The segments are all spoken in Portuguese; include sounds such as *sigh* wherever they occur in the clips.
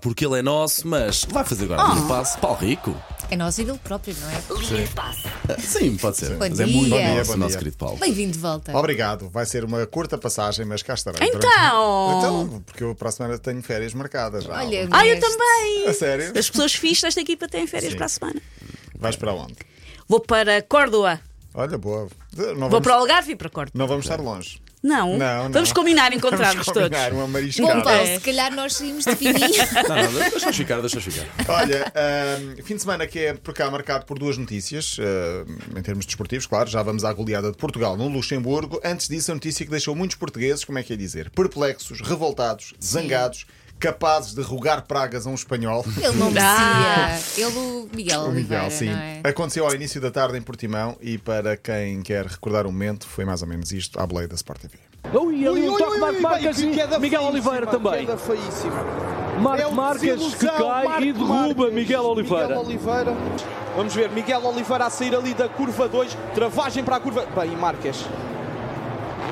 porque ele é nosso, mas vai fazer agora Ah. um passo. Paulo Rico. É nosso e dele próprio, não é? Linha de passe. Sim, pode ser. Bom mas é muito dia. nosso, Bom o dia. nosso querido Paulo. Bem-vindo de volta. Obrigado, vai ser uma curta passagem, mas cá estarei. Então! Então, porque eu para a semana tenho férias marcadas já. Olha, Ah, eu vieste. A também! sério? As pessoas fixas desta equipa têm férias Sim. para a semana. Vais para onde? Vou para Córdoa. Olha, boa. Não Vou vamos, para o Algarve e para Córdoa. não vamos estar longe. Não. Não, não. Vamos *laughs* combinar, Vamos encontrarmos todos. combinar uma Bom, mariscada. Paulo, É. se calhar nós saímos de fininho. Não, não, deixa ficar, deixa ficar. Olha, ahm, fim de semana que é por cá marcado por duas notícias, ahm, em termos desportivos, claro, já vamos à goleada de Portugal no Luxemburgo. Antes disso, a notícia que deixou muitos portugueses, como é que é dizer, perplexos, revoltados, zangados, capazes de rogar pragas a um espanhol. Ele não Ah. merecia. Ele, o Miguel O Oliveira, Miguel, sim. não é? Aconteceu ao início da tarde em Portimão e para quem quer recordar o momento, foi mais ou menos isto à boleia da Sport TV. Ui, ali um toque de Marco Marques e queda Miguel feíssima, Oliveira também. Queda feíssima. Marco É uma Marques que desilusão, cai Marco e derruba Marques. Miguel Oliveira. Miguel Oliveira. Vamos ver, Miguel Oliveira a sair ali da curva 2, travagem para a curva. Bem, Marques.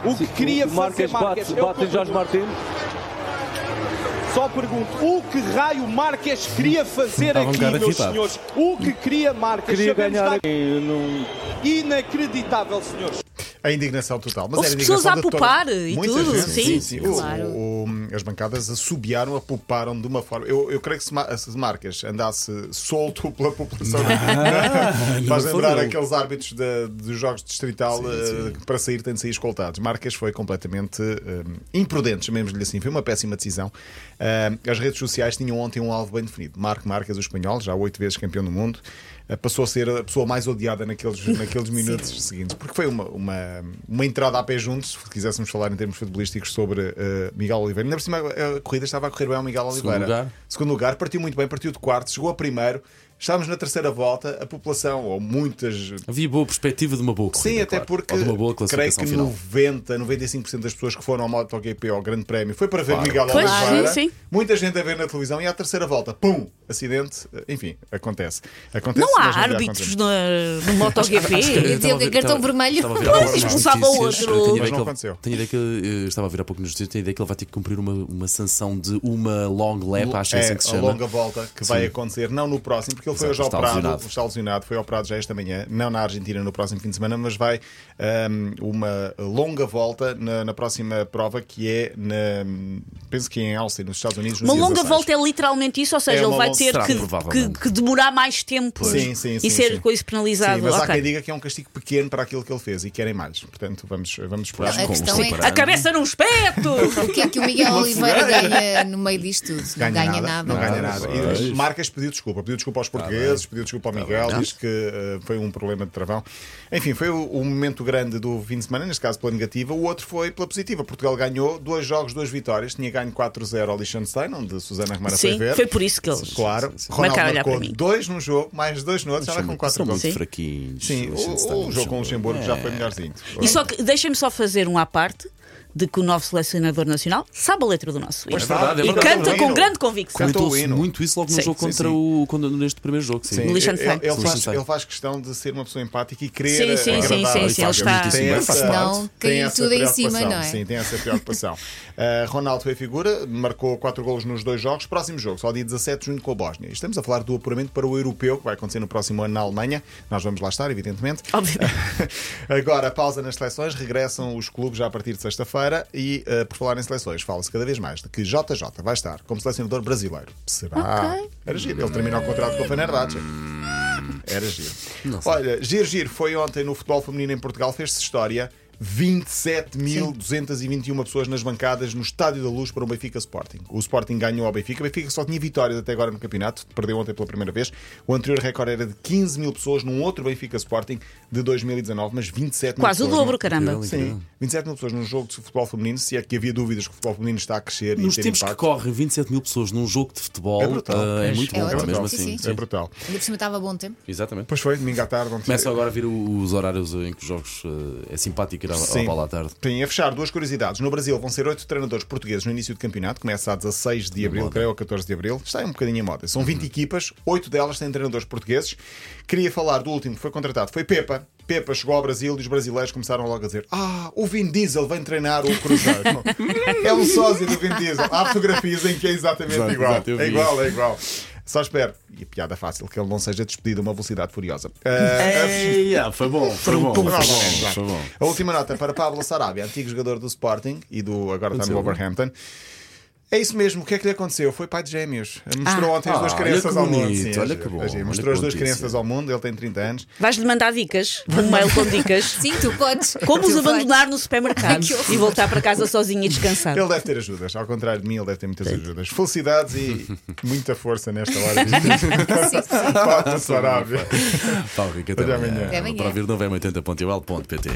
O que queria o Marques fazer Marques? bate, Eu bate em Jorge Martins. Só pergunto, o que raio Marques queria fazer Estava um aqui, bocado meus irritado. senhores? O que queria Marques? Queria Sabemos ganhar. dar- Inacreditável, senhores. A indignação total. Mas Houve era a pessoas indignação a de toda- poupar e Muita tudo, gente, sim, O- claro. o- o- as bancadas assobiaram, apoparam de uma forma. Eu, eu creio que se, ma- se Marcas andasse solto *laughs* pela população, faz não lembrar foi ele. aqueles árbitros da- dos jogos distrital eh, que para sair têm de sair escoltados. Marcas foi completamente eh, imprudente, chamemos-lhe assim. Foi uma péssima decisão. Eh, as redes sociais tinham ontem um alvo bem definido. Marco Marques, o espanhol, já oito vezes campeão do mundo. eh, Passou a ser a pessoa mais *laughs* odiada naqueles, naqueles minutos seguintes, porque foi uma, uma, uma entrada a pé juntos, se quiséssemos falar em termos futebolísticos sobre eh, Miguel Oliveira. Ainda por cima, a, a corrida estava a correr bem ao Miguel Segundo Oliveira. lugar. Segundo lugar, partiu muito bem, partiu de quarto, chegou a primeiro. Estávamos na terceira volta, a população, ou muitas. Havia boa perspectiva de uma boa corrida, Sim, até claro. porque Ou de uma boa creio classificação que final. 90, 95% das pessoas que foram ao MotoGP ao Grande Prémio foi para ver Claro. Miguel Pois, Oliveira. sim, sim. Muita gente a ver na televisão e à terceira volta, pum, acidente, enfim, acontece. acontece Não há mas já árbitros acontece. na- no *laughs* é Eu MotoGP. dizer estava a ver- cartão estava- vermelho. estava a ver Pois, há *laughs* pouco umas expulsava o notícias. outro. Eu tinha Mas ideia não que ele- aconteceu. Tenho ideia que eu estava a ver há pouco nos notícias, tenho ideia que ele vai ter que cumprir uma, uma sanção de uma long lap, acho que é assim que se a chama. longa volta que vai acontecer, não no próximo, porque ele foi hoje Exato, está operado, lesionado. está lesionado, foi operado já esta manhã, não na Argentina no próximo fim de semana, mas vai ahm, uma longa volta na, na próxima prova que é na, penso que é em Austin, nos Estados Unidos. no Uma dia longa 16. volta é literalmente isso, ou seja, É ele uma vai longa- ter Será, que, provavelmente. que- que demorar mais tempo Sim, sim, sim, e ser sim. com isso penalizado. Sim, mas há Ok. quem diga que é um castigo pequeno para aquilo que ele fez e querem mais. Portanto, vamos, vamos esperar. Não, a Com- questão com- é- Superar. A cabeça num espeto! *laughs* O que é que o Miguel Uma Oliveira fogueira. ganha no meio disto tudo? Não ganha nada. Não Ah, ganha nada. E Pois. Marcas pediu desculpa. Pediu desculpa Tá aos portugueses, pediu desculpa ao Miguel, diz que eh, foi um problema de travão. Enfim, foi o, o momento grande do fim de semana, neste caso pela negativa. O outro foi pela positiva. Portugal ganhou dois jogos, duas vitórias. Tinha ganho 4-0 ao Liechtenstein, onde Susana Romana Sim, foi ver. foi por isso que eles. Claro. Marcaram Ronaldo olhar para marcou mim. dois num jogo, mais dois no outro. Estava com quatro São gols. muito Sim. fraquinhos. Sim, Liechtenstein, o, o jogo com o Luxemburgo já É. foi melhorzinho. E só que deixem-me só fazer um à parte de que o nosso selecionador nacional sabe a letra do nosso hino. É verdade, é E verdade. canta Hino. com grande convicção. Cantou o Comentou-se hino. muito isso logo no Sim, jogo sim, contra sim. o. quando- neste primeiro jogo, sim. Sim, Liechtenstein. ele, ele faz, Liechtenstein. ele faz questão de ser uma pessoa empática e Sim, querer sim, agradar sim, sim, aos sim, ele jogos. está- Tem Sim, essa faz parte, Não, tem cair essa tudo em cima, preocupação. não é? Sim, tem essa preocupação. *laughs* Uh, Ronaldo foi a figura, marcou 4 golos nos dois jogos. Próximo jogo, só dia 17 de junho com a Bósnia. E Estamos a falar do apuramento para o europeu, que vai acontecer no próximo ano na Alemanha. Nós vamos lá estar, evidentemente. *laughs* Ah, Obviamente. *laughs* Agora, pausa nas seleções, regressam os clubes já a partir de sexta-feira e, eh, por falar em seleções, fala-se cada vez mais de que JJ vai estar como selecionador brasileiro. Será? Era giro, ele termina o contrato com o Fenerbahçe. Era giro. Olha, giro, giro, foi ontem no futebol feminino em Portugal, fez-se história. 27.221 pessoas nas bancadas no Estádio da Luz para o Benfica Sporting. O Sporting ganhou ao Benfica. O Benfica só tinha vitórias até agora no campeonato, perdeu ontem pela primeira vez. O anterior recorde era de 15 mil pessoas num outro Benfica Sporting de 2019, mas 27 mil Quase o pessoas dobro, num- caramba. Sim, 27 mil pessoas num jogo de futebol feminino. Se é que havia dúvidas que o futebol feminino está a crescer Nos e ter tempos impacto. que correm 27 mil pessoas num jogo de futebol É brutal. ah, é muito É bom, ótimo. mesmo Sim, assim. sim. sim. É brutal. Ainda por cima estava a bom tempo. Exatamente. Pois foi, domingo à tarde. ontem- Começam agora a vir o- os horários em que os jogos eh, é simpático ir ao, Sim. ao bola à tarde. Sim, a fechar duas curiosidades. No Brasil vão ser oito treinadores portugueses no início do campeonato, começa a 16 de abril, moda. Uhum. creio, ou 14 de abril. Está aí um bocadinho em moda. São 20 equipas, oito delas têm treinadores portugueses. Queria falar do último que foi contratado, foi Pepa. Pepa chegou ao Brasil e os brasileiros começaram logo a dizer: Ah, o Vin Diesel vem treinar o *laughs* Cruzeiro. Bom, é um sósia do Vin Diesel. Há fotografias em que é exatamente Exato, igual. exato, eu vi é igual, é igual. Só espero, e a piada fácil, que ele não seja despedido a uma velocidade *laughs* furiosa. Ah, Ei, ah, foi bom, foi bom, foi bom, foi bom. a última nota para Pablo Sarabia, antigo jogador do Sporting e do agora está no Aconteceu. Wolverhampton. É isso mesmo, o que é que lhe aconteceu? Foi pai de gêmeos. Mostrou ontem as duas Ah, crianças olha que ao mundo. bonito, é olha giro, que bom, é giro. olha Mostrou que as duas notícia. criantas ao mundo, ele tem 30 anos. Vais-lhe mandar dicas, um mail *laughs* com dicas. Sim, tu podes. Como os Tu podes. abandonar no supermercado Que horror. e voltar para casa sozinho e descansar. Ele deve ter ajudas, ao contrário de mim, ele deve ter muitas ajudas. Felicidades e *laughs* muita força nesta hora. *laughs* Pablo Sarabia. Paulo Rico, até Até amanhã. amanhã. Até amanhã. Para ouvir 980.igual.pt